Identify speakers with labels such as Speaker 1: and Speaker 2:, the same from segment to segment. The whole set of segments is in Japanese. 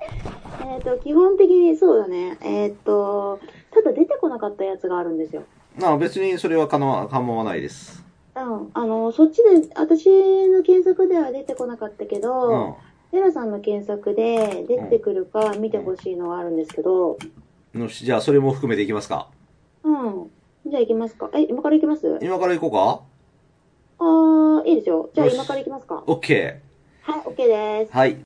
Speaker 1: えっ、と、基本的にそうだね。えっ、と、ただ出てこなかったやつがあるんですよ。
Speaker 2: なあ別にそれはかな構わないです。
Speaker 1: うん。あの、そっちで、私の検索では出てこなかったけ
Speaker 2: う
Speaker 1: ど、
Speaker 2: ん。
Speaker 1: テ、ラさんの検索で出てくるか見てほしいのがあるんですけど、
Speaker 2: よし、じゃあそれも含めていきますか。
Speaker 1: うん。じゃあ行きますか。え、今から行きます
Speaker 2: 今から行こ
Speaker 1: あー、いいですよ。じゃあ
Speaker 2: よし
Speaker 1: 今から行きますか
Speaker 2: う。か ?OK。
Speaker 1: はい、OK です。
Speaker 2: はい。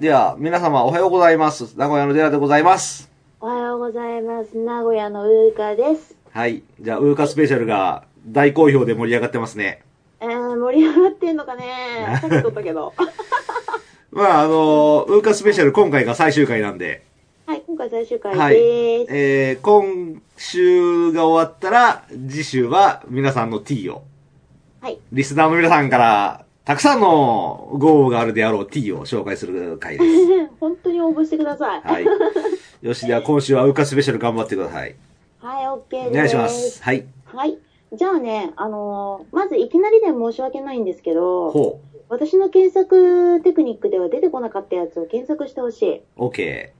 Speaker 2: では、皆様おはようございます。名古屋の寺でございます。
Speaker 1: おはようございます。名古屋のウーカです。
Speaker 2: はい。じゃあ、ウーカスペシャルが大好評で盛り上がってますね。
Speaker 1: えー、盛り上がってんのかねさっき撮ったけ ど。
Speaker 2: まあ、あのウーカスペシャル今回が最終回なんで、
Speaker 1: はい、今回最終回
Speaker 2: はい。
Speaker 1: です。
Speaker 2: えー、今週が終わったら、次週は皆さんの T を、
Speaker 1: はい。
Speaker 2: リスナーの皆さんから、たくさんの豪雨があるであろう T を紹介する回です。
Speaker 1: 本当に応募してください。
Speaker 2: はい。よし、では今週はウーカスペシャル頑張ってください。
Speaker 1: はい、OK です。
Speaker 2: お願いします。。はい。
Speaker 1: はい。じゃあね、あのーまずいきなりで申し訳ないんですけど、
Speaker 2: ほう。
Speaker 1: 私の検索テクニックでは出てこなかったやつを検索してほしい。
Speaker 2: OK。
Speaker 1: で、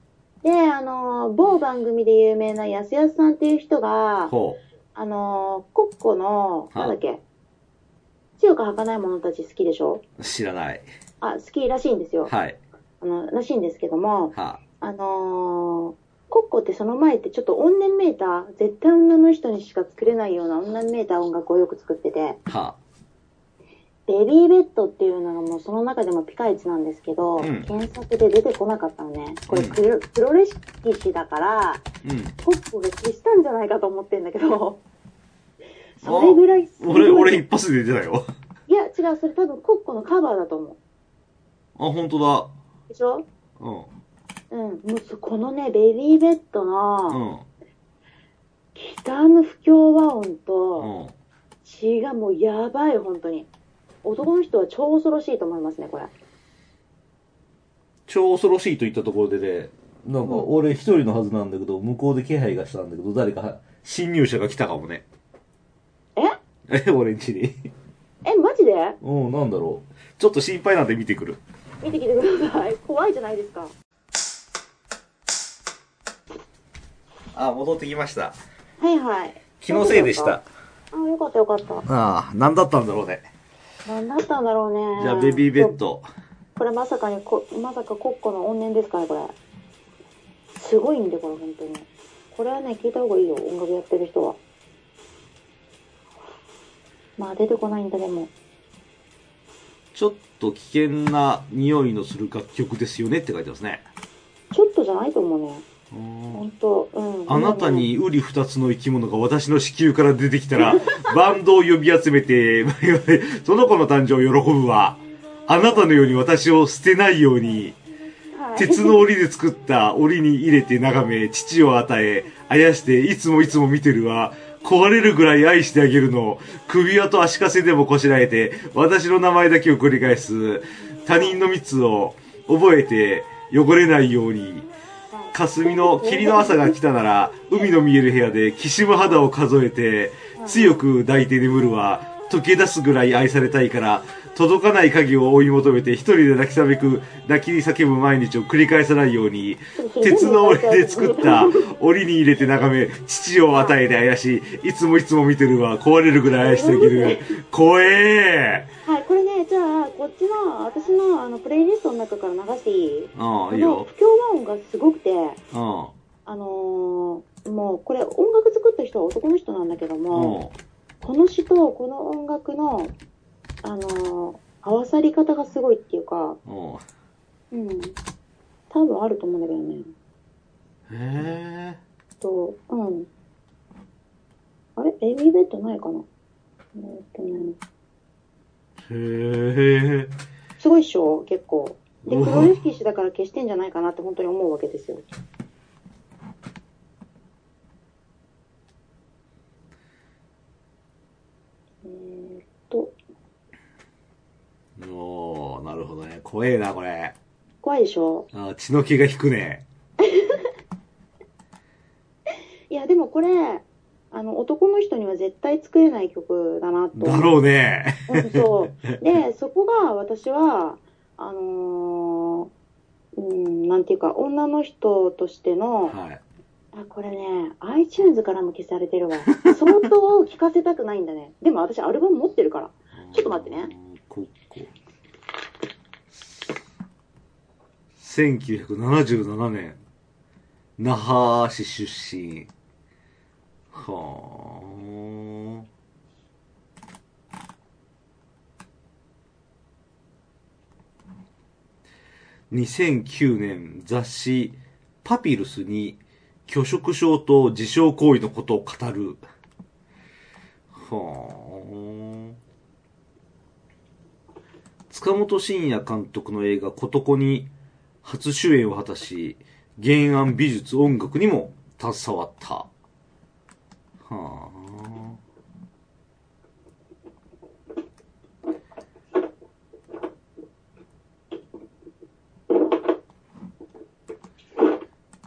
Speaker 1: あのー某番組で有名なやすやすさんっていう人が、
Speaker 2: ほ
Speaker 1: あのーコッコの、
Speaker 2: は
Speaker 1: なん
Speaker 2: い
Speaker 1: だっけ、強く儚い者たち好きでしょ
Speaker 2: う。知らない。
Speaker 1: あ、好きらしいんですよ。
Speaker 2: はい。
Speaker 1: あの、らしいんですけども、
Speaker 2: は
Speaker 1: あのーコッコってその前ってちょっと怨念メーター、絶対女の人にしか作れないような怨念メーター音楽をよく作ってて、
Speaker 2: あ、は
Speaker 1: ベビーベッドっていうのがもうその中でもピカイチなんですけど、
Speaker 2: うん
Speaker 1: 検索で出てこなかったのね。これ
Speaker 2: うん
Speaker 1: 黒、黒歴史だから、
Speaker 2: あ、うん。
Speaker 1: コッコが消したんじゃないかと思ってんだけ ど、それぐらいすごい
Speaker 2: 俺、俺一発で出たよ。あ、
Speaker 1: いや、違う、それ多分コッコのカバーだと思
Speaker 2: 本当だ。
Speaker 1: う。でしょ
Speaker 2: うん。
Speaker 1: うん。もうそこのね、ベビーベッド
Speaker 2: う
Speaker 1: の、
Speaker 2: ん。
Speaker 1: ギターの不協和音と、
Speaker 2: うん。
Speaker 1: 血がもうやばい、本当に。男の人は超恐ろしいと思いますね、これ。
Speaker 2: 超恐ろしいといったところでね、なんか俺一人のはずなんだけど、向こうで気配がしたんだけど、誰か侵入者が来たかもね。
Speaker 1: え
Speaker 2: え、俺んちに。
Speaker 1: え、マジで
Speaker 2: うん、なんだろう。ちょっと心配なんで見てくる。
Speaker 1: 見てきてください。 怖いじゃないですか。
Speaker 2: あ、戻ってきました。
Speaker 1: はいはい。
Speaker 2: 気のせいでし
Speaker 1: あ
Speaker 2: た。
Speaker 1: ーよかったよかった。
Speaker 2: ああ、何だったんだろうね。
Speaker 1: 何だったんだろうね。
Speaker 2: じゃあ、ベビーベッ
Speaker 1: こ。
Speaker 2: ド。
Speaker 1: これまさかにこ、まさかコッコの怨念ですから、これ。すごいんで、これ、本当に。これはね、聞いた方がいいよ、音楽やってる人は。まあ、出てこないんだ、でも。
Speaker 2: ちょっと危険な匂いのする楽曲ですよねって書いてますね。
Speaker 1: ちょっとじゃないと思うね。
Speaker 2: うん
Speaker 1: 本当うん。
Speaker 2: あなたに瓜二つの生き物が私の子宮から出てきたら、 バンドを呼び集めて、 その子の誕生を喜ぶわ。あなたのように私を捨てないように、
Speaker 1: はい、
Speaker 2: 鉄の檻で作った檻に入れて眺め、父を与え、あやして、いつもいつも見てるわ。壊れるぐらい愛してあげるの。首輪と足かせでもこしらえて、私の名前だけを繰り返す。他人の蜜を覚えて、汚れないように。
Speaker 1: はい
Speaker 2: 霞の霧の朝が来たなら、海の見える部屋できしむ肌を数えて、強く抱いて眠るは、溶け出すぐらい愛されたいから、届かない鍵を追い求めて一人で泣きさめく、泣き叫ぶ毎日を繰り返さないように、鉄の檻で作った檻に入れて眺め、父を与えて怪しい、いつもいつも見てるわ、壊れるぐらい愛してあげる、怖え
Speaker 1: はい、これね、じゃあ、こっちの、私の、あの、プレイリストの中から流していい
Speaker 2: うん、いい
Speaker 1: の
Speaker 2: よ。
Speaker 1: 不協和音がすごくて、
Speaker 2: うん、
Speaker 1: あのーもう、これ、音楽作った人は男の人なんだけども、
Speaker 2: うん。
Speaker 1: この詩とこの音楽の、あのー合わさり方がすごいっていうか、
Speaker 2: うん。
Speaker 1: うん。多分あると思うんだけどね。
Speaker 2: へえ。
Speaker 1: と、うん。あれベビーベッドないかなえーっとね
Speaker 2: へえ。
Speaker 1: すごいっしょ結構。で、プロ意識しだから消してんじゃないかなって本当に思うわけですよ。えーっと、
Speaker 2: おー、なるほどね。怖えな、これ。
Speaker 1: 怖いでしょ
Speaker 2: あー血の気が引くね。
Speaker 1: いや、でもこれ、あの、男の人には絶対作れない曲だなと。
Speaker 2: だろうね。
Speaker 1: うんそう。で、そこが私は、あのーうん、なんていうか、女の人としての、
Speaker 2: はい。
Speaker 1: あ、これね、iTunes からも消されて るわ。相当聞かせたくないんだね。でも私アルバム持ってるから。ちょっと待ってね
Speaker 2: うん。ここ。1977年。那覇市出身。はあ。2009年雑誌パピルスに拒食症と自傷行為のことを語る。はあ。塚本慎也監督の映画ことこに初主演を果たし、原案美術音楽にも携わった。はあ。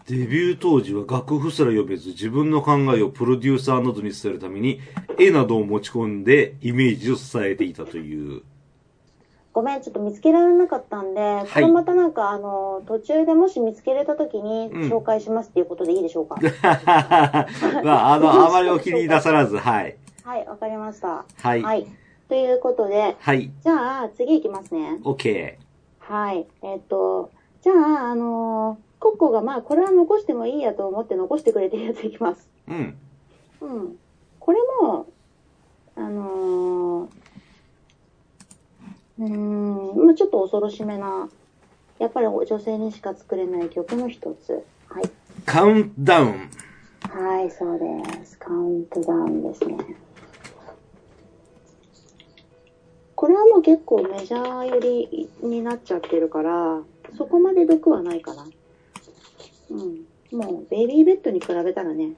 Speaker 2: デビュー当時は楽譜すら読めず自分の考えをプロデューサーなどに伝えるために絵などを持ち込んでイメージを伝えていたという。
Speaker 1: ごめん、ちょっと見つけられなかったんで、
Speaker 2: い
Speaker 1: これまたなんか、あの、途中でもし見つけれた時に
Speaker 2: うん
Speaker 1: 紹介しますっていうことでいいでし ょうか。
Speaker 2: まあ、あの、あまりお気になさらず、はい。
Speaker 1: はい、わかりました。
Speaker 2: はい。
Speaker 1: はい。ということで、
Speaker 2: はい。
Speaker 1: じゃあ、次いきますね。
Speaker 2: OK。
Speaker 1: はい。えっ、と、じゃあ、あのーコッコが、まあ、これは残してもいいやと思って残してくれてるやついきます。
Speaker 2: うん。
Speaker 1: うん。これも、あのー、うーん、まあちょっと恐ろしめな、やっぱり女性にしか作れない曲の一つ。はい。
Speaker 2: カウントダウン。
Speaker 1: はい、そうです。カウントダウンですね。これはもう結構メジャー寄りになっちゃってるから、そこまで毒はないかな。うん。もう、ベイビーベッドに比べたらね。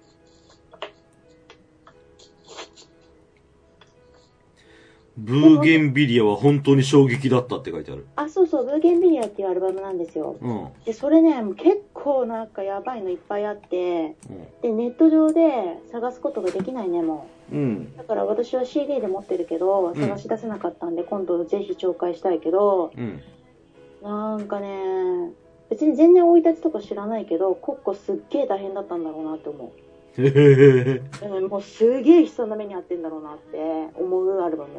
Speaker 2: ブーゲンビリアは本当に衝撃だったって書いてある。
Speaker 1: あ、そうそう、ブーゲンビリアっていうアルバムなんですよ。
Speaker 2: うん。
Speaker 1: で、それね、もう結構なんかやばいのいっぱいあって、
Speaker 2: うん
Speaker 1: で、ネット上で探すことができないね、も
Speaker 2: うん
Speaker 1: う。。だから私は CD で持ってるけど、
Speaker 2: ん
Speaker 1: 探し出せなかったんで、今度ぜひ紹介したいけど、
Speaker 2: うん。
Speaker 1: なんかね、別に全然生い立ちとか知らないけど、コッコすっげえ大変だったんだろうなって思
Speaker 2: へへへへ。
Speaker 1: う。うん、もうすげえ悲惨な目に遭ってんだろうなって思うアルバム。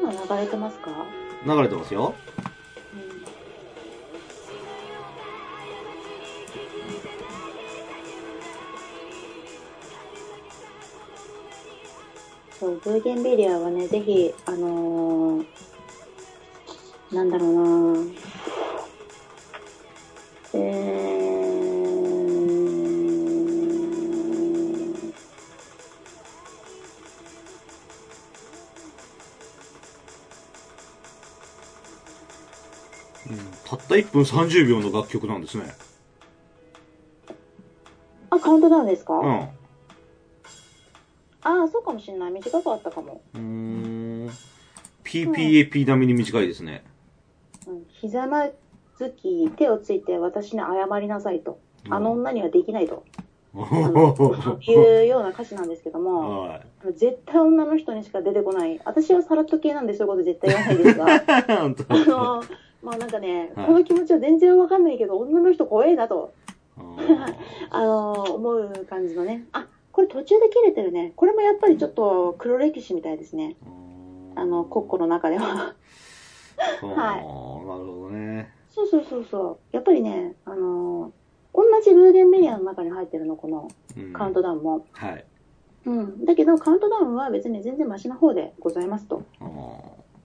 Speaker 1: 今流れてますか、
Speaker 2: 流れてますよ。
Speaker 1: そう、ブーゲンビリアはね、ぜひ、あのーなんだろうなえー、
Speaker 2: うん、たった1分30秒の楽曲なんですね。
Speaker 1: あ、カウントダウンですか、
Speaker 2: う
Speaker 1: あ
Speaker 2: ん。
Speaker 1: あ、そうかもしれない。短かったかも。
Speaker 2: うーん。PPAP 並みに短いですね。
Speaker 1: うん、ひざまずき、手をついて私に謝りなさいと。あの女にはできないと。
Speaker 2: お
Speaker 1: あ
Speaker 2: ほ
Speaker 1: の
Speaker 2: ほ
Speaker 1: いうような歌詞なんですけども、
Speaker 2: は
Speaker 1: 絶対女の人にしか出てこない。私はさらっと系なんでそういうこと絶対言わないです が、
Speaker 2: い。本当
Speaker 1: あの、まあなんかね、
Speaker 2: はい
Speaker 1: この気持ちは全然わかんないけど、女の人怖えなと、
Speaker 2: あ
Speaker 1: あの、思う感じのね。あ、これ途中で切れてるね。これもやっぱりちょっと黒歴史みたいですね。
Speaker 2: ー
Speaker 1: あの、コッコの中では。
Speaker 2: うん
Speaker 1: はい
Speaker 2: なるほどね。
Speaker 1: そうそうそうそう。やっぱりね、あの、同じルーゲンメディアの中に入ってるの、この
Speaker 2: うん
Speaker 1: カウントダウンも。
Speaker 2: はい。
Speaker 1: うん。だけど、カウントダウンは別に全然マシな方でございますと。
Speaker 2: あー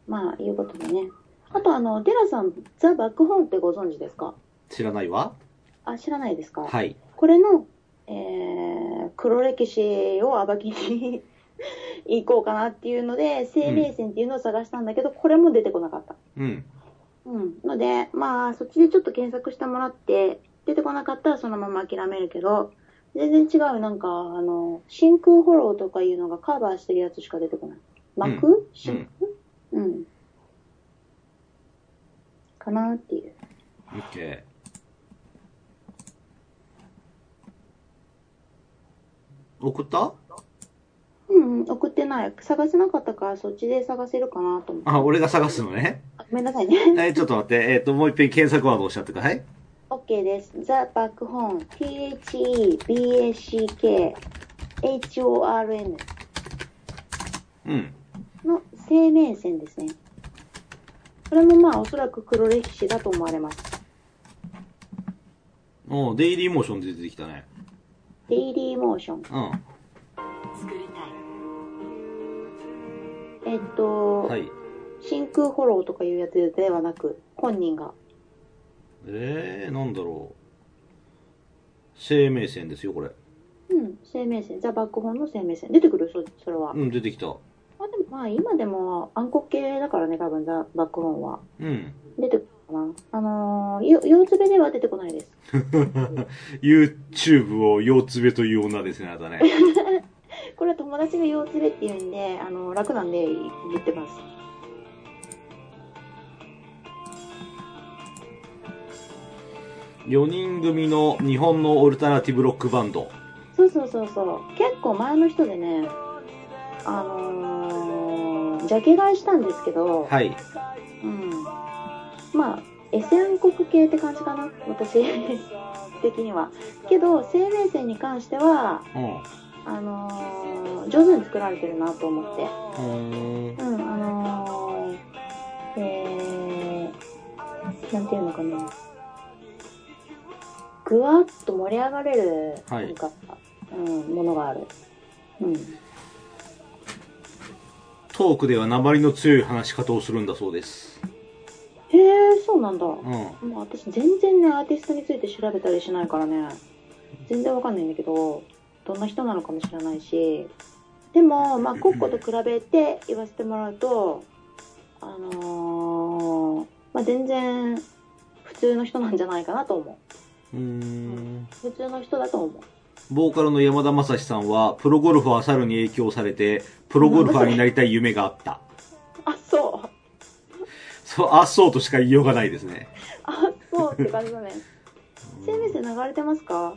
Speaker 1: まあ、いうことでね。あと、あの、デラさん、ザ・バックホーンってご存知ですか
Speaker 2: 知らないわ。
Speaker 1: あ、知らないですか、
Speaker 2: はい。
Speaker 1: これの、えー黒歴史を暴きに 行こうかなっていうので、生命線っていうのを探したんだけど、これも出てこなかった。
Speaker 2: うん。
Speaker 1: うん。ので、まあ、そっちでちょっと検索してもらって、出てこなかったらそのまま諦めるけど、全然違う、なんか、あの、真空フォローとかいうのがカバーしてるやつしか出てこない。膜真空うん。かなっていう。
Speaker 2: オッケー。送った
Speaker 1: うん、うん、送ってない。探せなかったから、そっちで探せるかなと思って。
Speaker 2: あ、俺が探すのね。
Speaker 1: ごめんなさい ね。
Speaker 2: えーちょっと待って、えっ、と、もう一遍検索ワードをおっしゃってください。
Speaker 1: OK です。The Back Horn. T-H-E-B-A-C-K H-O-R-N
Speaker 2: うん。
Speaker 1: の生命線ですね。これもまあおそらく黒歴史だと思われます。
Speaker 2: おうデイリーモーションで出てきたね。
Speaker 1: デイリーモーション。
Speaker 2: うん。
Speaker 1: えっと、
Speaker 2: はい。
Speaker 1: 真空フォローとかいうやつではなく、本人が。
Speaker 2: えー、なんだろう。生命線ですよ、これ。
Speaker 1: うん、生命線。ザ・バックホーンの生命線。出てくるそそれは。
Speaker 2: うん、出てきた。
Speaker 1: まあでも、まあ今でも暗黒系だからね、多分ザ・バックホーンは。
Speaker 2: うん。
Speaker 1: 出てくるかな。あのー、よ腰つべでは出てこないです。
Speaker 2: YouTube を腰つべという女ですね、あなたね。
Speaker 1: これは友達が腰つれって言うんで、あの、楽なんで言ってます。
Speaker 2: 4人組の日本のオルタナティブロックバンド。
Speaker 1: そうそうそうそう。結構前の人でね、あのー、ジャケ買いしたんですけど、
Speaker 2: はい。
Speaker 1: うん。まあ、エセ暗黒系って感じかな、私 的には。けど、生命線に関しては、
Speaker 2: うん。
Speaker 1: あのー上手に作られてるなと思って。
Speaker 2: う
Speaker 1: う
Speaker 2: ん。
Speaker 1: ん、あのー、えー、なんていうのかな。ぐわっと盛り上がれる、
Speaker 2: はい
Speaker 1: なんか、うん、ものがある。うん。
Speaker 2: トークでは鉛の強い話し方をするんだそうです。
Speaker 1: へえ、そうなんだ。
Speaker 2: うん。
Speaker 1: もう私全然ねアーティストについて調べたりしないからね全然わかんないんだけどどんな人なのかも知らないしでもまあコッコと比べて言わせてもらうとあのーまあ全然普通の人なんじゃないかなと思
Speaker 2: うーん。
Speaker 1: う普通の人だと思う
Speaker 2: ボーカルの山田正史さんは、プロゴルファー猿に影響されて、プロゴルファーになりたい夢があった。
Speaker 1: あそう
Speaker 2: そう、あっそうとしか言いようがないですね。
Speaker 1: あそうって感じだね SNS 流れてますか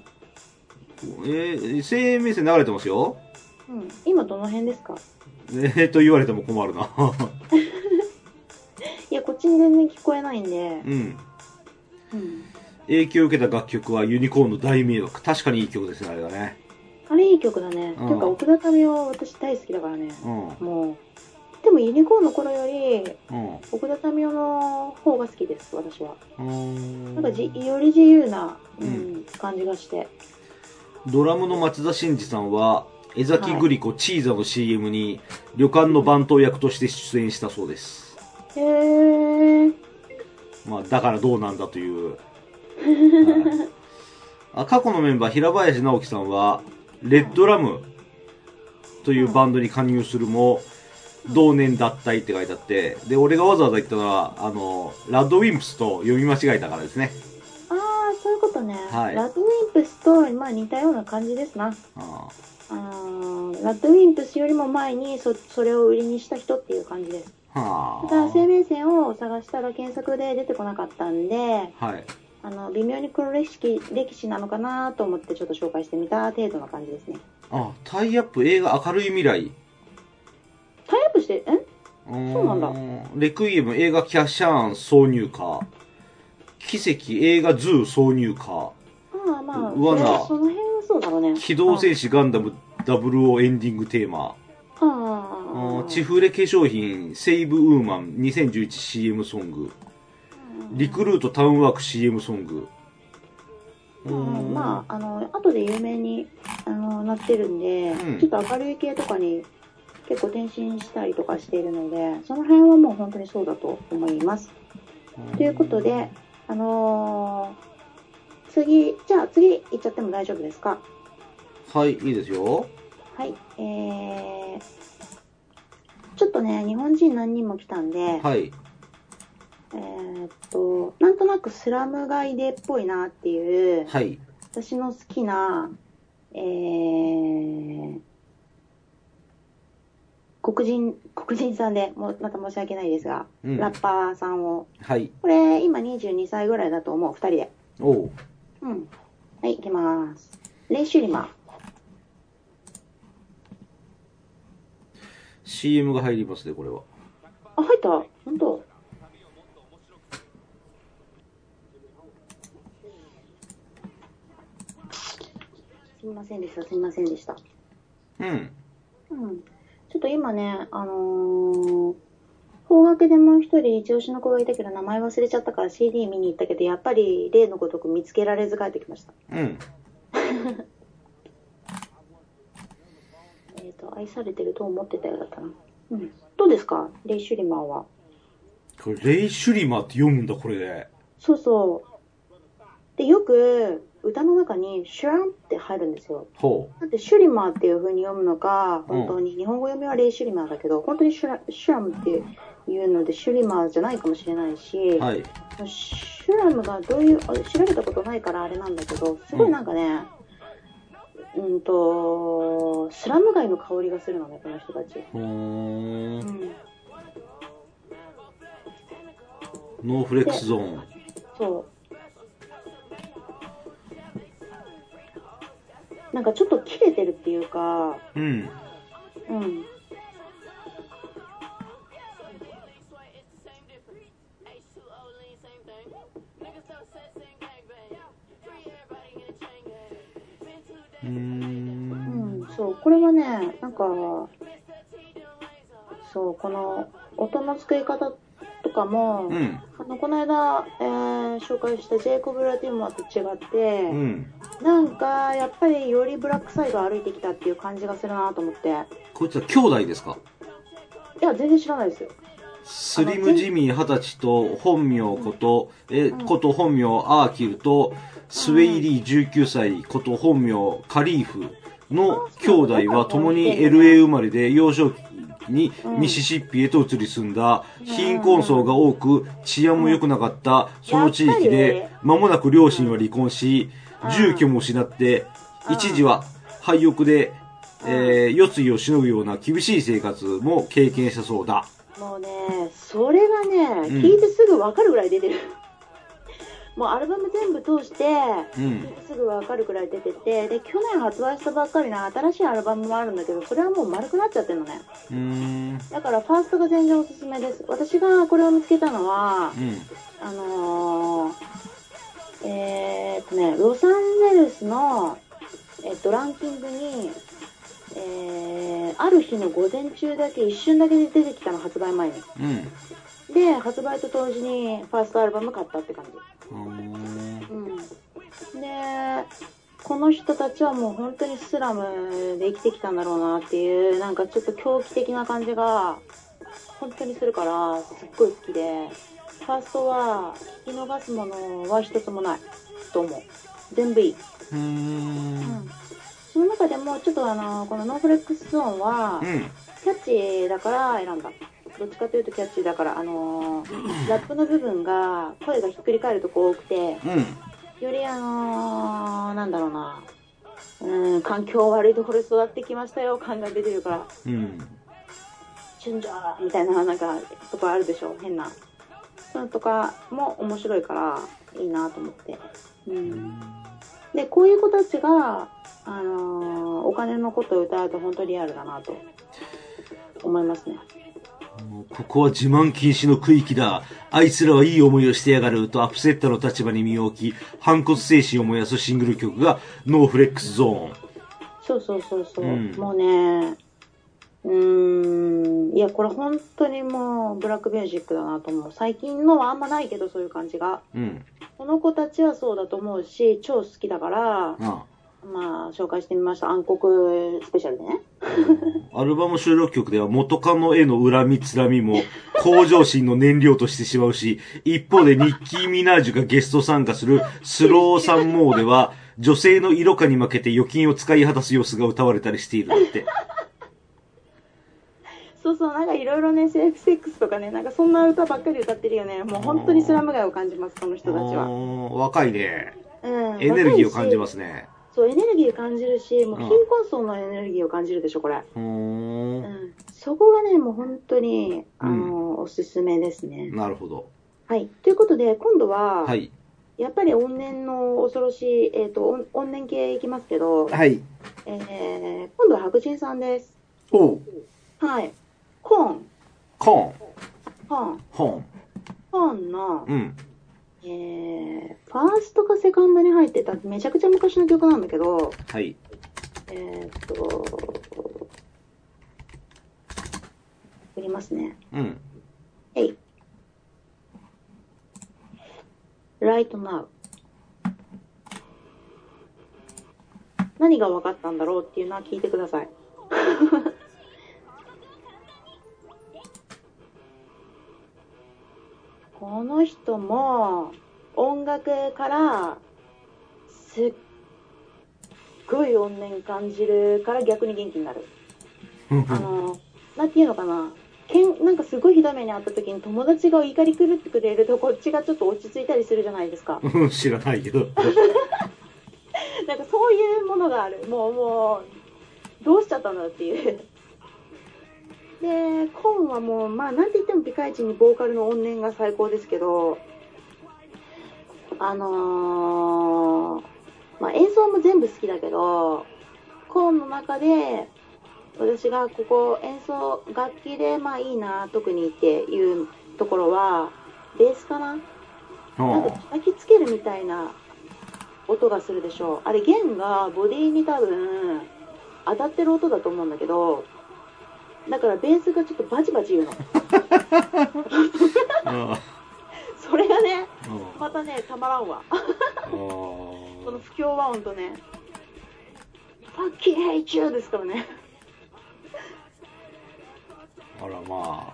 Speaker 2: えー、生命線流れてますよ。
Speaker 1: うん今どの辺ですか
Speaker 2: えー、と言われても困るな。
Speaker 1: いやこっちに全然聞こえないんで
Speaker 2: うん。
Speaker 1: うん
Speaker 2: 影響を受けた楽曲はユニコーンの大迷惑。確かにいい曲ですね、あれだね。
Speaker 1: あれいい曲だね。
Speaker 2: うん
Speaker 1: ていうか、奥田民生私大好きだからね。
Speaker 2: うん。
Speaker 1: もう。でもユニコーンの頃より、
Speaker 2: うん。う
Speaker 1: 奥田民生の方が好きです、私は。
Speaker 2: ーん
Speaker 1: なんかじ、より自由な、うん
Speaker 2: う
Speaker 1: 感じがして。
Speaker 2: ドラムの松田真二さんは、江崎グリコチーザの CM に、旅館の番頭役として出演したそうです。
Speaker 1: へー。
Speaker 2: まあ、だからどうなんだ という。はいあ過去のメンバー、平林直樹さんは、レッドラムというバンドに加入するも、同年脱退って書いてあって、で、俺がわざわざ言ったのは、あの、ラッドウィンプスと読み間違えたからですね。
Speaker 1: あー、そういうことね。
Speaker 2: はい
Speaker 1: ラッドウィンプスと、まあ似たような感じですな。
Speaker 2: あ
Speaker 1: あーラッドウィンプスよりも前にそ、それを売りにした人っていう感じです。
Speaker 2: ーは
Speaker 1: ただ、生
Speaker 2: あ。
Speaker 1: 命線を探したら検索で出てこなかったんで、
Speaker 2: はい。
Speaker 1: あの微妙に黒歴史歴史なのかなと思ってちょっと紹介してみた程度の感じですね。
Speaker 2: あ、タイアップ映画明るい未来。
Speaker 1: タイアップして、ん
Speaker 2: そ
Speaker 1: そうなんだ
Speaker 2: レクイエム映画キャシャーン挿入歌。奇跡映画ズー挿入歌。
Speaker 1: ああまあ、
Speaker 2: うわな
Speaker 1: それはその辺はそうだろうね。
Speaker 2: 機動戦士ガンダム00エンディングテーマ。
Speaker 1: ああ
Speaker 2: あ
Speaker 1: ああああ
Speaker 2: ーチフレ化粧品セイブウーマン 2011CM ソング。リクルートタウンワーク CM ソング。う
Speaker 1: う
Speaker 2: ー
Speaker 1: ん
Speaker 2: ん
Speaker 1: まあ、あの、後で有名にあのなってるんで、
Speaker 2: うん
Speaker 1: ちょっと明るい系とかに結構転身したりとかしているので、その辺はもう本当にそうだと思います。ということで、あのー次、じゃあ次行っちゃっても大丈夫ですか
Speaker 2: はい、いいですよ。
Speaker 1: はい、えー、ちょっとね、日本人何人も来たんで、
Speaker 2: はい。
Speaker 1: えーっと、なんとなくスラム街でっぽいなっていう、
Speaker 2: はい。
Speaker 1: 私の好きな、えー、黒人、黒人さんで、もうまた申し訳ないですが、
Speaker 2: うん。
Speaker 1: ラッパーさんを、
Speaker 2: はい。
Speaker 1: これ、今22歳ぐらいだと思う、二人で。
Speaker 2: おう。
Speaker 1: うん。はい、行きます。レイシュリマ。
Speaker 2: CM が入りますね、これは。
Speaker 1: あ、入った本当すみませんでした、すみませんでした。
Speaker 2: うん。
Speaker 1: うん。ちょっと今ね、あのー、方角でもう一人一押しの子がいたけど名前忘れちゃったから CD 見に行ったけど、やっぱり例のごとく見つけられず帰ってきました。
Speaker 2: うん。
Speaker 1: えっ、と、愛されてると思ってたようだったな。うん。どうですかレイ・シュリマンは。
Speaker 2: これ、レイ・シュリマって読むんだ、これで。
Speaker 1: そうそう。で、よく歌の中にシュランって入るんですよ。
Speaker 2: ほ
Speaker 1: だってシュリマーっていう風に読むのか、
Speaker 2: う
Speaker 1: 本
Speaker 2: ん
Speaker 1: 当に、日本語読みはレイ・シュリマーだけど、本当にシュラシュラムっていうので、シュリマーじゃないかもしれないし、
Speaker 2: う。はい。
Speaker 1: シュラムがどういう、あ調べたことないからあれなんだけど、すごいなんかね、うん、と、スラム街の香りがするのね、この人たち。
Speaker 2: ほー。
Speaker 1: うんん、
Speaker 2: ノーフレックスゾーン。
Speaker 1: そう。なんかちょっと切れてるっていうか、
Speaker 2: うん。
Speaker 1: うん。
Speaker 2: うー
Speaker 1: うん
Speaker 2: ん。、
Speaker 1: そう、これはね、なんか、そう、この音の作り方とかも、
Speaker 2: うん。
Speaker 1: あのこの間、えー紹介したジェイコブ・ラティモアと違って、
Speaker 2: うん。
Speaker 1: なんかやっぱりよりブラックサイド歩いてきたっていう感じがするなと思って、い
Speaker 2: こいつは兄弟ですか
Speaker 1: や、全然知らないですよ。
Speaker 2: スリムジミー二十歳と本名こと、え、
Speaker 1: うん
Speaker 2: こと本名アーキルと、スウェイリー19歳こと本名カリーフの兄弟は共に LA 生まれで幼少期に
Speaker 1: うん
Speaker 2: ミシシッピへと移り住んだ、貧困層が多く治安も良くなかったその地域
Speaker 1: やっ
Speaker 2: で
Speaker 1: ぱ、
Speaker 2: 間もなく両親は離婚し、住居も失って、
Speaker 1: うん
Speaker 2: 一時は廃屋で、えー、夜露をしのぐような厳しい生活も経験したそうだ。
Speaker 1: もうね、それがね、
Speaker 2: うん
Speaker 1: 聞いてすぐ分かるぐらい出てる。 もうアルバム全部通して、
Speaker 2: うん
Speaker 1: 聞いてすぐ分かるぐらい出てて、で、去年発売したばっかりの新しいアルバムもあるんだけど、それはもう丸くなっちゃってるのね。
Speaker 2: うーん。
Speaker 1: だからファーストが全然おすすめです。私がこれを見つけたのは
Speaker 2: う、ん。
Speaker 1: あのー、えーっとね、ロサンゼルスの、えっと、ランキングに、えー、ある日の午前中だけ、一瞬だけで出てきたの、発売前に。
Speaker 2: うん。
Speaker 1: で、発売と同時にファーストアルバム買ったって感じ。うん。で、この人たちはもう本当にスラムで生きてきたんだろうなっていう、なんかちょっと狂気的な感じが、本当にするから、すっごい好きで、ファーストは、聞き逃すものは一つもない、と思う。全部いい。
Speaker 2: うーん。
Speaker 1: その中でも、ちょっとあの、このノーフレックスゾーンは
Speaker 2: う、ん。
Speaker 1: キャッチーだから選んだ。どっちかというとキャッチーだから、あのーラップの部分が声がひっくり返るとこ多くて、
Speaker 2: うん。
Speaker 1: よりあのーなんだろうな、うん、環境悪いところで育ってきましたよ感が出てるから、
Speaker 2: うん。
Speaker 1: チュンジャーみたいななんかとこあるでしょ、変な。そういうのとかも面白いからいいなと思って。うん、で、こういう子たちが、あのーお金のことを歌うと本当リアルだなと思いますね。
Speaker 2: ここは自慢禁止の区域だ。あいつらはいい思いをしてやがるとアップセッターの立場に身を置き、反骨精神を燃やすシングル曲がノーフレックスゾ
Speaker 1: そうそうそうそう、
Speaker 2: うん
Speaker 1: もうねうーんいやこれ本当にもうブラックミュージックだなと思う最近のはあんまないけどそういう感じが
Speaker 2: ーン。うん。
Speaker 1: この子たちはそうだと思うし超好きだから
Speaker 2: あ
Speaker 1: まあ紹介してみました暗黒スペシャルでね
Speaker 2: あアルバム収録曲では元カノへの恨みつら みも向上心の燃料としてしまうし、一方でニッキー・ミナージュがゲスト参加するスローサンモーでは、女性の色化に負けて預金を使い果たす様子が歌われたりしているって。
Speaker 1: そうそう、なんかいろいろね、セーフセックスとかね、なんかそんな歌ばっかり歌ってるよね。もう本当にスラム街を感じます、この人たちは。
Speaker 2: おー若いね。
Speaker 1: うん。。
Speaker 2: エネルギーを感じますすね。
Speaker 1: そう、エネルギーを感じるし、もう
Speaker 2: うん
Speaker 1: 貧困層のエネルギーを感じるでしょ、これ。
Speaker 2: うー。
Speaker 1: うんん。そこがね、もう本当に、あの、おすすめですね。
Speaker 2: なるほど。
Speaker 1: はい。ということで、今度は、
Speaker 2: はい。
Speaker 1: やっぱり往年の恐ろしい、えっ、と、お往年系いきますけど、
Speaker 2: はい。
Speaker 1: えー、今度は白人さんです。
Speaker 2: おう。
Speaker 1: はい。コーン、
Speaker 2: コーン。
Speaker 1: コーン、
Speaker 2: ホ
Speaker 1: コーンの、
Speaker 2: ーン。うん。
Speaker 1: えー、ファーストかセカンドに入ってた、めちゃくちゃ昔の曲なんだけど、
Speaker 2: はい。
Speaker 1: えー、っと、送りますね。
Speaker 2: うん。
Speaker 1: Right now. 何が分かったんだろうっていうのは聞いてください。 この人も音楽からすっごい怨念感じるから逆に元気になる。あの、なんていうのかな。けんなんかすごいひどい目に遭った時に友達が怒り狂ってくれるとこっちがちょっと落ち着いたりするじゃないですか。
Speaker 2: うん知らない けど。
Speaker 1: なんかそういうものがある。もう、もう、どうしちゃったんだっていう。 で、コーンはもう、まあ、なんて言ってもピカイチにボーカルの怨念が最高ですけど、あのーまあ、演奏も全部好きだけど、コーンの中で、私がここ演奏、楽器でまあいいな、特にっていうところは、ベースかななんか
Speaker 2: ほ
Speaker 1: 叩きつけるみたいな音がするでしょうあれ弦がボディに多分当たってる音だと思うんだけどだからベースがちょっとバチバチ言うの
Speaker 2: ううん。
Speaker 1: それがね
Speaker 2: うん
Speaker 1: またねたまらんわ
Speaker 2: あー
Speaker 1: この不協和音とね「ファッキーヘイチュー」ですからね、
Speaker 2: あらま
Speaker 1: うん、
Speaker 2: あ。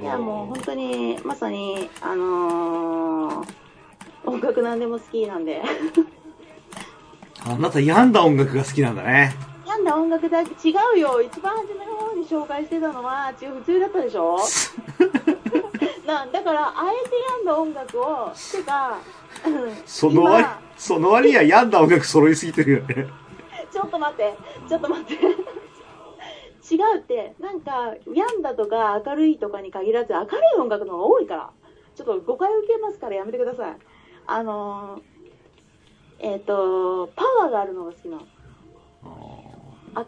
Speaker 1: いやもう本当にまさにあのー音楽なんでも好きなんで
Speaker 2: あなた病んだ音楽が好きなんだね。
Speaker 1: なんだ音楽だけ違うよ一番初めの方に紹介してたのは違う普通だったでしょなんだからあえて病んだ音楽をてかうん
Speaker 2: その割
Speaker 1: 今、
Speaker 2: その割には病んだ音楽揃いすぎてるよね。
Speaker 1: ちょっと待ってちょっと待って違うってなんか病んだとか明るいとかに限らず明るい音楽の方が多いからちょっと誤解を受けますからやめてくださいあのーえっ、とパワーがあるのが好きなの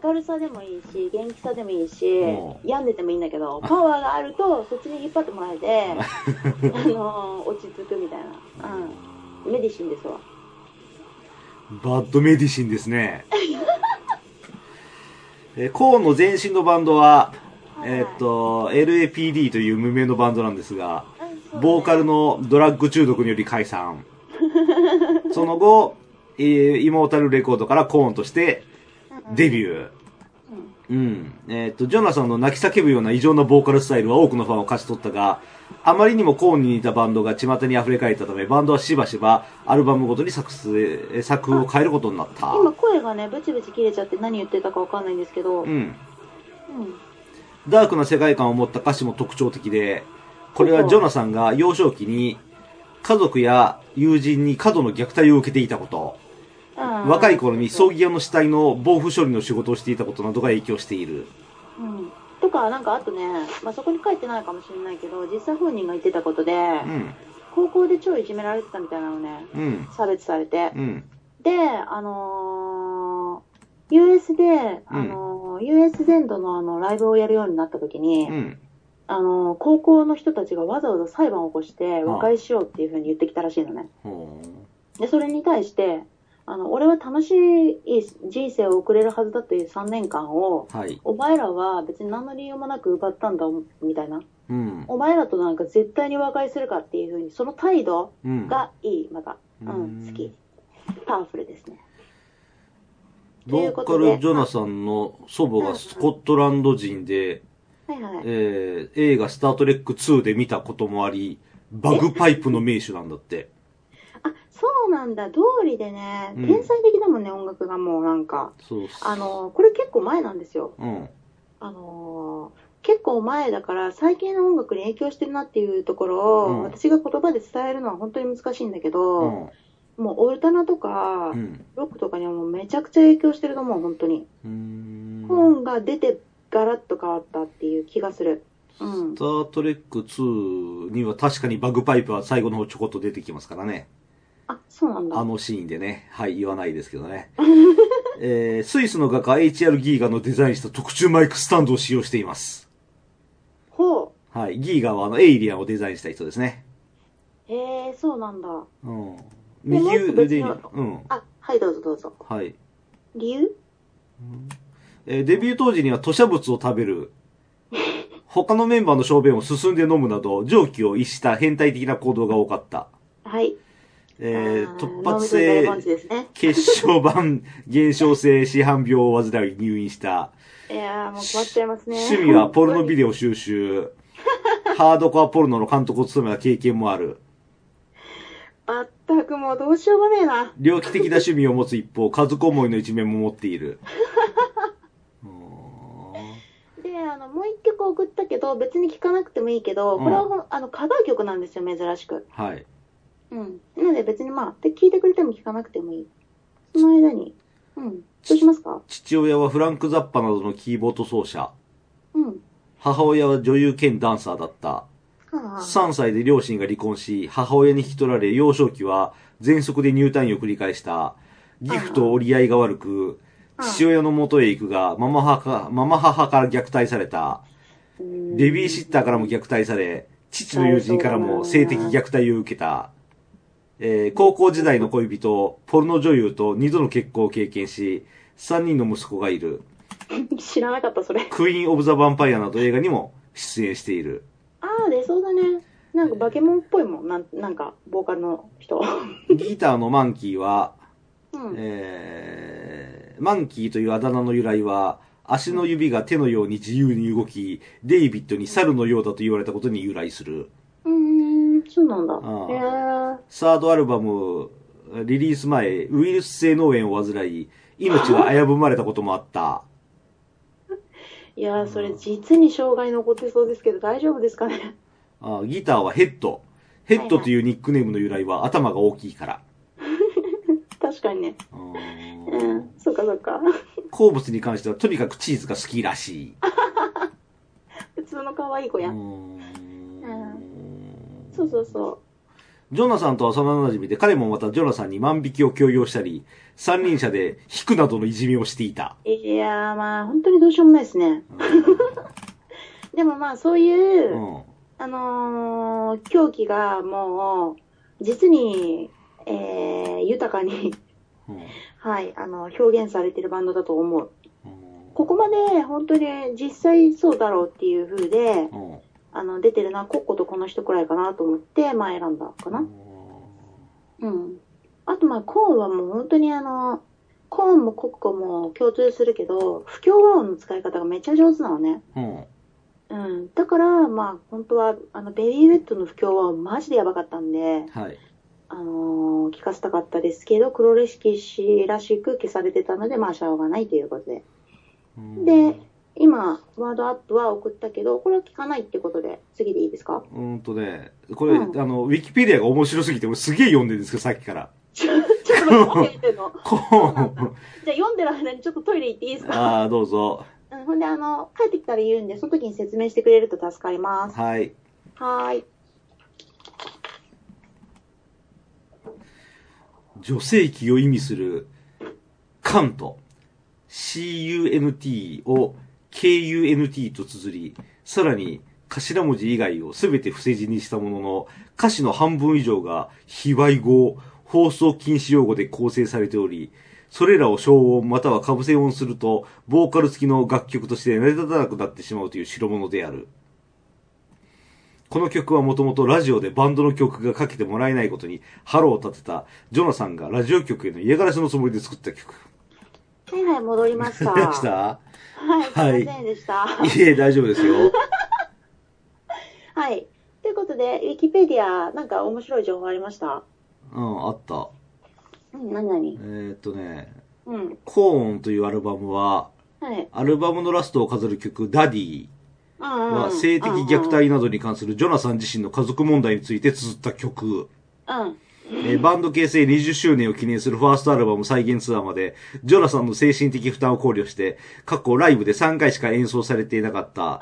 Speaker 1: 明るさでもいいし元気さでもいいし
Speaker 2: うん
Speaker 1: 病んでてもいいんだけどパワーがあるとそっちに引っ張ってもらえ てあのー落ち着くみたいな、うん、メディシンですわ
Speaker 2: バッドメディシンで すね。えーコーンの前身のバンドは、えーっと、LAPD という無名のバンドなんですが、ボーカ
Speaker 1: ル
Speaker 2: ルのドラッグ中毒により解散。その後、えーイモータルレコードからコーンとしてデビ
Speaker 1: ュー
Speaker 2: ュー。うん。えっ、と、ジョナサンの泣き叫ぶような異常なボーカルスタイルは多くのファンを勝ち取ったが、あまりにもコーンに似たバンドが巷に溢れ返ったため、バンドはしばしばアルバムごとに作成え作風を変えることになった。
Speaker 1: 今声がねブチブチ切れちゃって何言ってたかわかんないんですけど、う
Speaker 2: うんん。ダークな世界観を持った歌詞も特徴的で、これはジョナサンが幼少期に家族や友人に過度の虐待を受けていたこと、
Speaker 1: うん
Speaker 2: 若い頃に葬
Speaker 1: う、
Speaker 2: 儀屋の死体の防腐処理の仕事をしていたことなどが影響している。
Speaker 1: うん、とかなんかあとね、まあ、そこに書いてないかもしれないけど実際本人が言ってたことで、
Speaker 2: うん、
Speaker 1: 高校で超いじめられてたみたいなのね
Speaker 2: うん、
Speaker 1: 差別されて、
Speaker 2: うん、
Speaker 1: で、あのー US で、あのー US 全土のあのライブをやるようになった時に、
Speaker 2: うん。
Speaker 1: あのー高校の人たちがわざわざ裁判を起こして
Speaker 2: ん
Speaker 1: 和解しようっていうふうに言ってきたらしいのね。
Speaker 2: ほう
Speaker 1: で、それに対して、あの、俺は楽しい人生を送れるはずだという3年間を、
Speaker 2: はい。
Speaker 1: お前らは別に何の理由もなく奪ったんだ、みたいな。
Speaker 2: うん。
Speaker 1: お前らとなんか絶対に和解するかっていうふうに、その態度
Speaker 2: うん。
Speaker 1: がいい、また。うん、好き。パワフルですね。という
Speaker 2: ロ
Speaker 1: こ
Speaker 2: ー
Speaker 1: と
Speaker 2: カ
Speaker 1: で
Speaker 2: ル・ジョナサンの祖母がスコットランド人で、
Speaker 1: はいはい。
Speaker 2: えー、映画スタートレック2で見たこともあり、バグパイプの名手なんだって。
Speaker 1: あ、そそうなんだ、通りでね、
Speaker 2: うん
Speaker 1: 天才的だもんね、音楽がもうなんか。
Speaker 2: そうっす。
Speaker 1: あ、の、これ結構前なんですよ。
Speaker 2: うん。
Speaker 1: あのー結構前だから、最近の音楽に影響してるなっていうところを、
Speaker 2: うん
Speaker 1: 私が言葉で伝えるのは本当に難しいんだけ
Speaker 2: う
Speaker 1: ど、
Speaker 2: ん。
Speaker 1: もうオルタナとか、
Speaker 2: うん。
Speaker 1: ロックとかにはもうめちゃくちゃ影響してると思う、本当に。
Speaker 2: うーん。
Speaker 1: 本が出てガラッと変わったっていう気がする。うん
Speaker 2: スタートレック2には確かにバグパイプは最後の方ちょこっと出てきますからね。
Speaker 1: あ、そうなんだ。
Speaker 2: あのシーンでね。はい、言わないですけ どね。えー、スイスの画家 HR ギーガのデザインした特注マイクスタンドを使用しています。
Speaker 1: ほ
Speaker 2: はい、ギーガはあのエイリアンをデザインした人ですね。
Speaker 1: う。へえ、そうなんだ。
Speaker 2: うん。
Speaker 1: で
Speaker 2: 右腕に、
Speaker 1: もう一個
Speaker 2: うん。
Speaker 1: あ、はい、どうぞどうぞ。
Speaker 2: はい。
Speaker 1: 理由
Speaker 2: えーデビュー当時には吐砂物を食 べる、他のメンバーの小便を進んで飲むなど、常軌を逸した変態的な行動が多かった。
Speaker 1: はい。
Speaker 2: えー
Speaker 1: あ
Speaker 2: 突発
Speaker 1: 脳みそ大
Speaker 2: 性
Speaker 1: 根治ですね。
Speaker 2: 血小板減少性市販病を患い入院した。
Speaker 1: いやー、もう困っちゃいますね。
Speaker 2: 趣味はポルノビデオ 収集。ハードコアポルノの監督を務めた経験もある。
Speaker 1: まったくもうどうしようもねえな。
Speaker 2: 猟奇的な趣味を持つ一方、家族思いの一面も持って いる。うーん
Speaker 1: で、あの、もう一曲送ったけど、別に聴かなくてもいいけど、これはほん、あの、カバー曲なんですよ、珍しく。
Speaker 2: はい。
Speaker 1: うん。なので別にまあ、で、聴いてくれても聴かなくてもいい。その間に、うん。どうしますか
Speaker 2: 父親はフランク・ザッパなどのキーボード奏者。
Speaker 1: うん。
Speaker 2: 母親は女優兼ダンサーだった。
Speaker 1: ああ。
Speaker 2: 3歳で両親が離婚し、母親に引き取られ、幼少期は喘息で入退院を繰り返した。義父と折り合いが悪く、
Speaker 1: うん
Speaker 2: 父親の元へ行くが、ママ母か、ママ母から虐待された。ベ
Speaker 1: ベ
Speaker 2: ビーシッターからも虐待され、父の友人からも性的虐待を受けた。えー高校時代の恋人、ポルノ女優と二度の結婚を経験し、三人の息子がいる。
Speaker 1: 知らなかった、それ。
Speaker 2: クイーン・オブ・ザ・ヴァンパイアなど映画にも出演している。
Speaker 1: ああ、出そうだね。なんかバケモンっぽいもん、なんなんか、ボーカルの人。
Speaker 2: ギターのマンキーは、
Speaker 1: うん。
Speaker 2: えーマンキーというあだ名の由来は、足の指が手のように自由に動き、デイビッドに猿のようだと言われたことに由来する。
Speaker 1: うーん、そうなんだ。
Speaker 2: ああ
Speaker 1: へえ。
Speaker 2: サードアルバム、リリース前、ウイルス性脳炎を患い、命が危ぶまれたこともあった。
Speaker 1: いやー、それ実に障害残ってそうですけど、大丈夫ですかね。
Speaker 2: あギターはヘッド。ヘッドというニックネームの由来は頭が大きいから。
Speaker 1: 確かにね。
Speaker 2: うー
Speaker 1: うんん、そっかそっか。
Speaker 2: 好物に関してはとにかくチーズが好きらしい。
Speaker 1: 普通の可愛い子
Speaker 2: う
Speaker 1: や。
Speaker 2: ーん
Speaker 1: そうそうそう。
Speaker 2: ジョナサンとは幼馴染みで彼もまたジョナサンに万引きを強要したり、三輪車で引くなどのいじめをしていた。
Speaker 1: いやー、まあ、本当にどうしようもないですね。でもまあ、そういうう、
Speaker 2: ん。
Speaker 1: あのー、狂気がもう、実に、えー、豊かに、
Speaker 2: うん
Speaker 1: はい、あの、表現されてるバンドだと思う。
Speaker 2: うん
Speaker 1: ここまで、本当に実際そうだろうっていう風で、
Speaker 2: うん
Speaker 1: あの、出てるのはコッコとこの人くらいかなと思って、まあ選んだかな。うん。あとまあ、コーンはもう本当にあの、コーンもコッコも共通するけど、不協和音の使い方がめっちゃ上手なのね。
Speaker 2: うん。
Speaker 1: うん。だから、まあ、本当は、あの、ベビーベッドの不協和音マジでやばかったんで、
Speaker 2: はい。
Speaker 1: あのー聞かせたかったですけど、黒レシキ氏らしく消されてたので、まあ、しょうがないということで。
Speaker 2: うん
Speaker 1: で、今、ワードアップは送ったけど、これは聞かないってことで、次でいいですか
Speaker 2: うーんとね、これ、
Speaker 1: うん
Speaker 2: あの、ウィキペディアが面白すぎて、俺すげえ読んでるんですけど、さっきから。
Speaker 1: ちょちょっと待って、トイレ行ってんの。
Speaker 2: こ
Speaker 1: そうなんだ
Speaker 2: う、
Speaker 1: じゃあ読んでる間にちょっとトイレ行っていいですか
Speaker 2: ああ、どうぞ。
Speaker 1: うん、ほんで、あの、帰ってきたら言うんで、その時に説明してくれると助かります。
Speaker 2: はい。
Speaker 1: はーい。
Speaker 2: 女性器を意味する、カント、cunt を kunt と綴り、さらに頭文字以外をすべて伏せ字にしたものの、歌詞の半分以上が非売語、放送禁止用語で構成されており、それらを消音または被せ音すると、ボーカル付きの楽曲として成り立たなくなってしまうという代物である。この曲はもともとラジオでバンドの曲がかけてもらえないことに腹を立てたジョナさんがラジオ局への嫌がらせのつもりで作った曲。
Speaker 1: はいはい、戻りました。
Speaker 2: 出 ました
Speaker 1: はい、すいませんでした。
Speaker 2: いえ、大丈夫ですよ。
Speaker 1: はい。ということで、ウィキペディア、なんか面白い情報ありました
Speaker 2: うん、あった。
Speaker 1: うん、何何
Speaker 2: えーっとね、
Speaker 1: うん。
Speaker 2: コーンというアルバムは、
Speaker 1: はい。
Speaker 2: アルバムのラストを飾る曲、ダディ
Speaker 1: あ
Speaker 2: は性的虐待などに関するジョナさん自身の家族問題について綴った曲。
Speaker 1: うん。
Speaker 2: えーバンド結成20周年を記念するファーストアルバム再現ツアーまで、ジョナさんの精神的負担を考慮して、過去ライブで3回しか演奏されていなかった。
Speaker 1: あ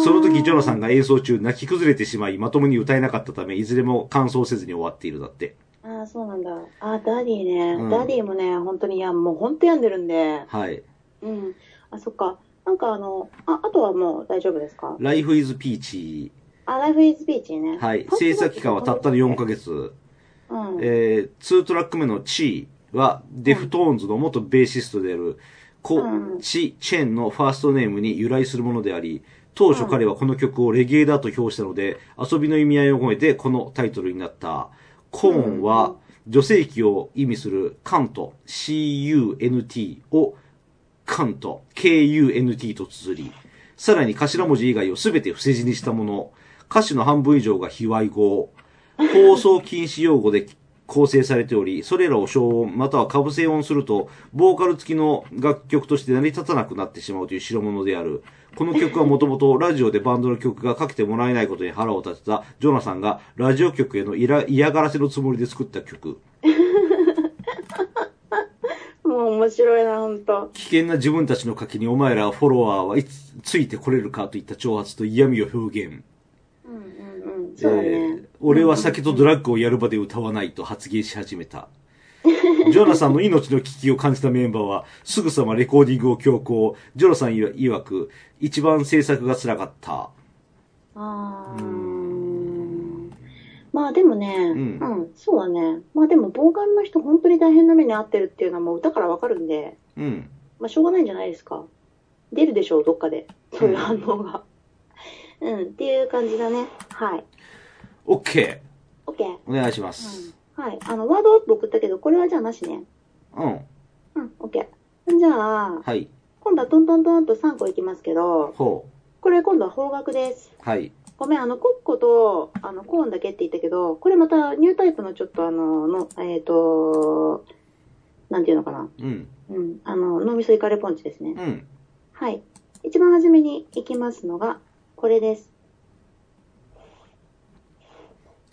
Speaker 1: あ。
Speaker 2: その時、ジョナさ
Speaker 1: ん。
Speaker 2: んが演奏中泣き崩れてしまい、まともに歌えなかったため、いずれも完走せずに終わっているだって。
Speaker 1: ああ、そうなんだ。ああ、ダディね。
Speaker 2: うん
Speaker 1: ダディもね、本当に、いや、もう本当病んでるんで。
Speaker 2: はい。
Speaker 1: うん。あ、そっか。なんかあの、あ、あとはもう大丈夫ですか
Speaker 2: Life is Peach。
Speaker 1: あ、ライフイズビーチね。
Speaker 2: はい。制作期間はたったの4ヶ月。
Speaker 1: うん。
Speaker 2: えー、2トラック目のチーは、デフトーンズの元ベーシストである、コ
Speaker 1: うん・
Speaker 2: チ・チェンのファーストネームに由来するものであり、当初彼はこの曲をレゲエだと評したので、遊びの意味合いを込めてこのタイトルになった。コーンは、女性器を意味するカント、C-U-N-T をカント、K-U-N-T と綴り、さらに頭文字以外をすべて伏せ字にしたもの、歌詞の半分以上が卑猥語、放送禁止用語で構成されており、それらを消音または被せ音すると、ボーカル付きの楽曲として成り立たなくなってしまうという代物である。この曲はもともとラジオでバンドの曲がかけてもらえないことに腹を立てたジョナさんがラジオ局へのいら嫌がらせのつもりで作った曲。
Speaker 1: もう面白いな、本当。
Speaker 2: 危険な自分たちの賭けにお前らフォロワーはいつついてこれるかといった挑発と嫌味を表現。
Speaker 1: うんうんうん。そうだ
Speaker 2: え
Speaker 1: ね
Speaker 2: ー。俺は酒とドラッグをやる場で歌わないと発言し始めた。 ジョナさんの命の危機を感じたメンバーは、すぐさまレコーディングを強行。ジョナさんいわ曰く、一番制作が辛かった。
Speaker 1: あ
Speaker 2: う
Speaker 1: ーまあでもね、うんん、そうだね。まあでも、ボーカルの人、本当に大変な目に遭ってるっていうのはもう歌からわかるんで、
Speaker 2: うん。
Speaker 1: まあしょうがないんじゃないですか。出るでしょう、どっかで。そういう反応が。 うん、っていう感じだね。はい。
Speaker 2: オッケ
Speaker 1: OK。
Speaker 2: ーお願いしま
Speaker 1: うん
Speaker 2: す。
Speaker 1: はい。あの、ワードアップ送ったけど、これはじゃあなしね。
Speaker 2: うん。
Speaker 1: うん、OK。じゃあ、
Speaker 2: はい。
Speaker 1: 今度はトントントンと3個いきますけど、
Speaker 2: ほ
Speaker 1: これ今度は方角です。
Speaker 2: う。はい。
Speaker 1: ごめん、あの、コッコと、あの、コーンだけって言ったけど、これまたニュータイプのちょっとあの、のえっ、と、なんていうのかな。
Speaker 2: うん。
Speaker 1: うん。あの、脳みそイカレポンチですね。
Speaker 2: うん。
Speaker 1: はい。一番初めに行きますのが、これです。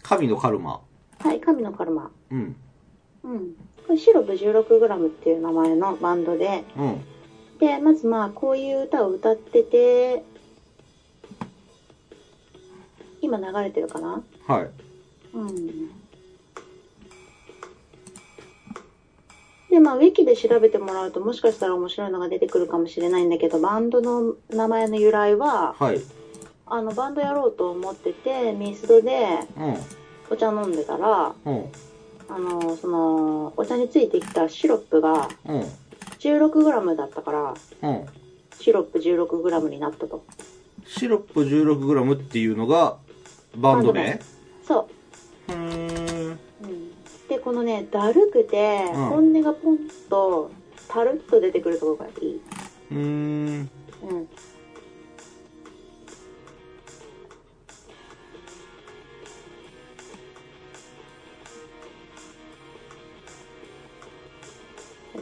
Speaker 2: 神のカルマ。
Speaker 1: はい、神のカルマ。
Speaker 2: うん。
Speaker 1: うん。これ、シロップ 16g っていう名前のバンドで、
Speaker 2: うん。
Speaker 1: で、まずまあ、こういう歌を歌ってて、今流れてるかな
Speaker 2: はい。
Speaker 1: うんでまあ、ウィキで調べてもらうともしかしたら面白いのが出てくるかもしれないんだけどバンドの名前の由来は
Speaker 2: はい。
Speaker 1: あのバンドやろうと思っててミスドで
Speaker 2: うん。
Speaker 1: お茶飲んでたら
Speaker 2: うん。
Speaker 1: あのそのお茶についてきたシロップが
Speaker 2: うん。
Speaker 1: 16g だったから
Speaker 2: うん。
Speaker 1: シロップ 16g になったと
Speaker 2: シロップ 16g っていうのが、バンド名
Speaker 1: そう
Speaker 2: ーん。
Speaker 1: う、うん、でこのねだるくて
Speaker 2: ん
Speaker 1: 本音がポンとたるっと出てくるところがいい、
Speaker 2: うーん。
Speaker 1: うん、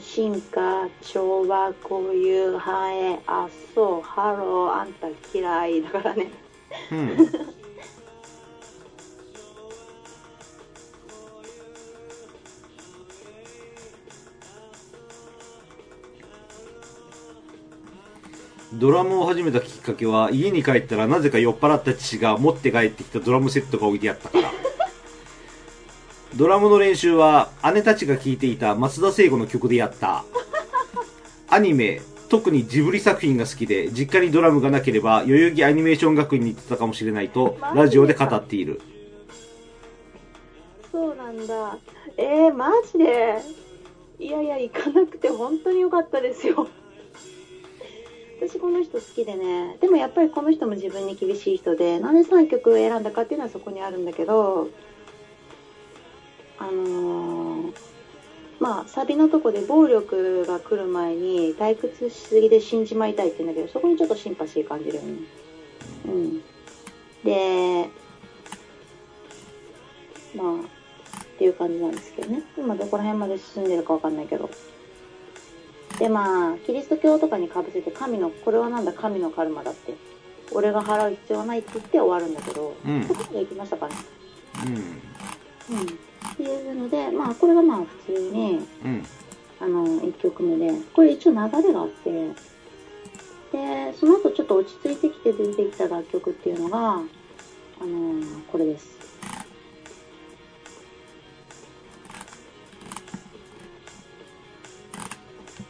Speaker 1: 進化、調和、こういう、はえ、あ、そう、ハロー、あんた嫌い。だからね。
Speaker 2: うん。ドラムを始めたきっかけは家に帰ったらなぜか酔っ払った父が持って帰ってきたドラムセットが置いてあったからドラムの練習は姉たちが聴いていた松田聖子の曲でやったアニメ特にジブリ作品が好きで実家にドラムがなければ代々木アニメーション学院に行ってたかもしれないとラジオで語っている
Speaker 1: そうなんだ。えー、マジでいやいや、行かなくて本当に良かったですよ。 私この人好きでね、でもやっぱりこの人も自分に厳しい人で、なんで3曲選んだかっていうのはそこにあるんだけど、あのーまあ、サビのとこで暴力が来る前に退屈しすぎで死んじまいたいって言うんだけど、そこにちょっとシンパシー感じるよね。うん。で、まあ、っていう感じなんですけどね今どこら辺まで進んでるかわかんないけどでまあキリスト教とかにかぶせて神のこれはなんだ神のカルマだって俺が払う必要はないって言って終わるんだけど、
Speaker 2: うん
Speaker 1: そこまで行きましたかね
Speaker 2: う
Speaker 1: う
Speaker 2: ん
Speaker 1: んっていうのでまあこれがまあ普通に
Speaker 2: うん
Speaker 1: あの1曲目でこれ一応流れがあってでその後ちょっと落ち着いてきて出てきた楽曲っていうのが、あのこれです。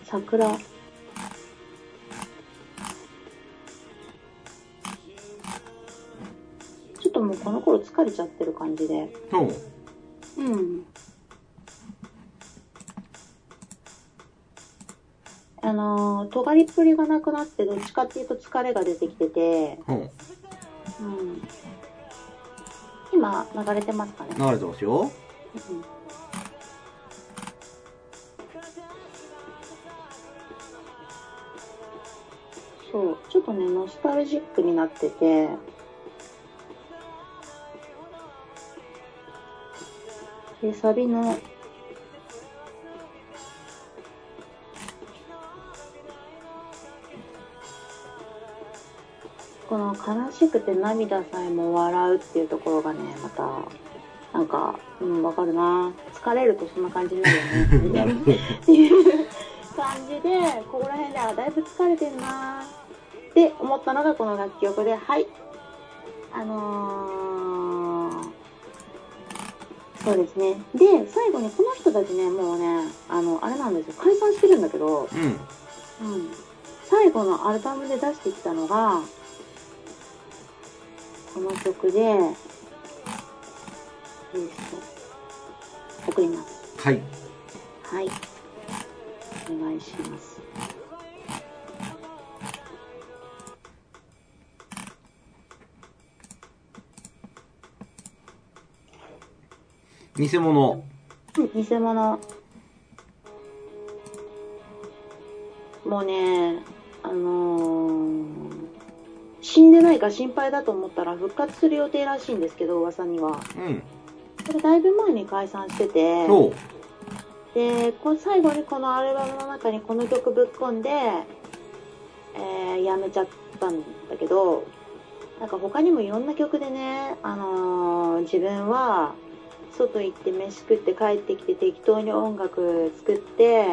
Speaker 1: 桜ちょっともうこの頃疲れちゃってる感じで
Speaker 2: そう
Speaker 1: うんあのー尖りっぷりがなくなってどっちかっていうと疲れが出てきてて、
Speaker 2: そう
Speaker 1: うん、今流れてますかね、
Speaker 2: 流れてますよ
Speaker 1: うんそうちょっとねノスタルジックになっててでサビのこの「悲しくて涙さえも笑う」っていうところがねまたなんかうんわかるな疲れるとそんな感じになるよね
Speaker 2: なるほど
Speaker 1: っていう感じでここら辺であだいぶ疲れてんなーって思ったのがこの楽曲ではいあのー、そうですねで最後にこの人たちねもうねあのあれなんですよ解散してるんだけど、
Speaker 2: うん
Speaker 1: うん、最後のアルバムで出してきたのがこの曲でよいしょ送ります
Speaker 2: はい
Speaker 1: はい。お願いします。
Speaker 2: 偽物
Speaker 1: 偽物。もうね、あのー死んでないか心配だと思ったら復活する予定らしいんですけど、噂には。
Speaker 2: うん
Speaker 1: これだいぶ前に解散してて、
Speaker 2: そう
Speaker 1: で、こう最後にこのアルバムの中にこの曲ぶっ込んで、えーやめちゃったんだけど、なんか他にもいろんな曲でね、あのー自分は外行って飯食って帰ってきて適当に音楽作って、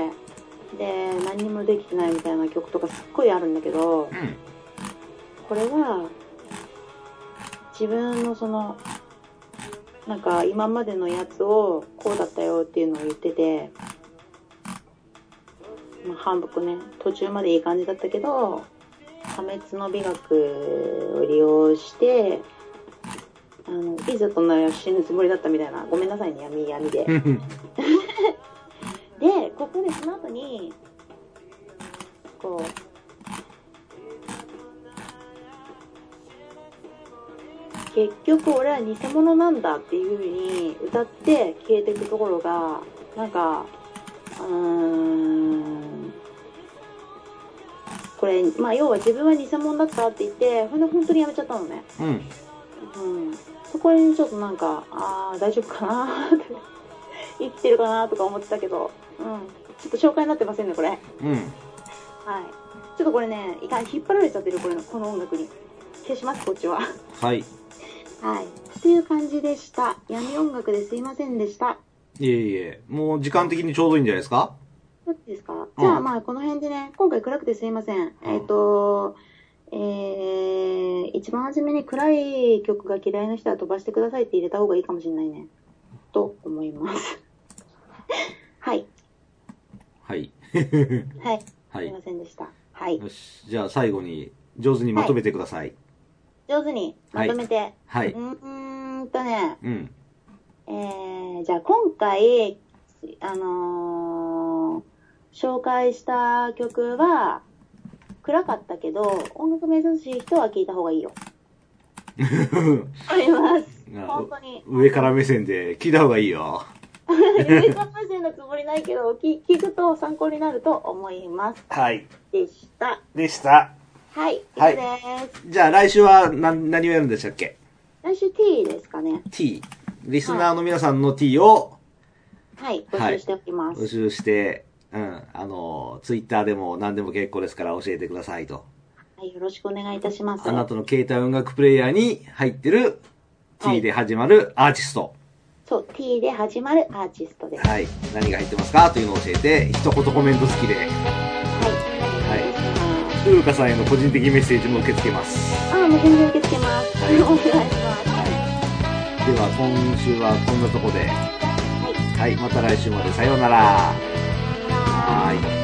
Speaker 1: で、何にもできてないみたいな曲とかすっごいあるんだけど、
Speaker 2: うん
Speaker 1: これは自分のそのなんか今までのやつをこうだったよっていうのを言ってて、まあ、反復ね途中までいい感じだったけど破滅の美学を利用してあのいざとなりゃ死ぬつもりだったみたいなごめんなさいね闇闇で。
Speaker 2: うんうん
Speaker 1: でここでその後にこう結局俺は偽物なんだっていうふうに歌って消えていくところがなんかうーんこれまあ要は自分は偽物だったって言ってほんで本当にやめちゃったのね。
Speaker 2: うん
Speaker 1: うんそこにちょっとなんか、ああ、大丈夫かなーって、生きてるかなーとか思ってたけど、うん、ちょっと紹介になってませんね、これ。はい。
Speaker 2: うん
Speaker 1: ちょっとこれね、いかん、引っ張られちゃってる、これの、この音楽に。消します、こっちは。
Speaker 2: はい
Speaker 1: はい。っていう感じでした。闇音楽ですいませんでした。
Speaker 2: いえいえもう時間的にちょうどいいんじゃないですか
Speaker 1: どっちですか、
Speaker 2: ん
Speaker 1: じゃあまあ、この辺でね、今回暗くてすいません。えっ、と、えー、一番初めに暗い曲が嫌いな人は飛ばしてくださいって入れた方がいいかもしれないね。と思います。 はい。
Speaker 2: はい
Speaker 1: はい。
Speaker 2: は
Speaker 1: すい
Speaker 2: い
Speaker 1: ませんでした。はい。
Speaker 2: よしじゃあ最後に上手にまとめてください
Speaker 1: 上手にまとめて。
Speaker 2: は
Speaker 1: う
Speaker 2: い
Speaker 1: ーんとね、
Speaker 2: うん
Speaker 1: えー、じゃあ今回、あのー紹介した曲は、暗かったけど、音楽目指しい人は聴いた方がいいよ。あります。
Speaker 2: なるほ
Speaker 1: 本
Speaker 2: ど
Speaker 1: 当に。
Speaker 2: 上から目線で聞いた方がいいよ
Speaker 1: 上から目線のつもりないけど、聞聞くと参考になると思います。
Speaker 2: はい
Speaker 1: でした。
Speaker 2: でした
Speaker 1: はい、以
Speaker 2: はい
Speaker 1: 上です。
Speaker 2: じゃあ来週は何何をやるんでしたっけ
Speaker 1: 来週 T ですかね。
Speaker 2: ?T。リスナーの皆さんの T を
Speaker 1: はい、募集しておきます。
Speaker 2: 募集して、うん、あの、ツイッターでも何でも結構ですから教えてくださいと。
Speaker 1: はい、よろしくお願いいたします。
Speaker 2: あなたの携帯音楽プレイヤーに入ってる T で始まるアーティスト。
Speaker 1: そう、T で始まるアーティストです。はい。
Speaker 2: はい。何が入ってますかというのを教えて、一言コメント付きで、
Speaker 1: お願いします
Speaker 2: 風花さんへの個人的メッセージも受け付けます。
Speaker 1: あ、もう全然受け付けます。
Speaker 2: はい
Speaker 1: お願いします。
Speaker 2: はい。では、今週はこんなとこで、
Speaker 1: はい。
Speaker 2: はい、また来週までさようなら。
Speaker 1: はーい
Speaker 2: はい。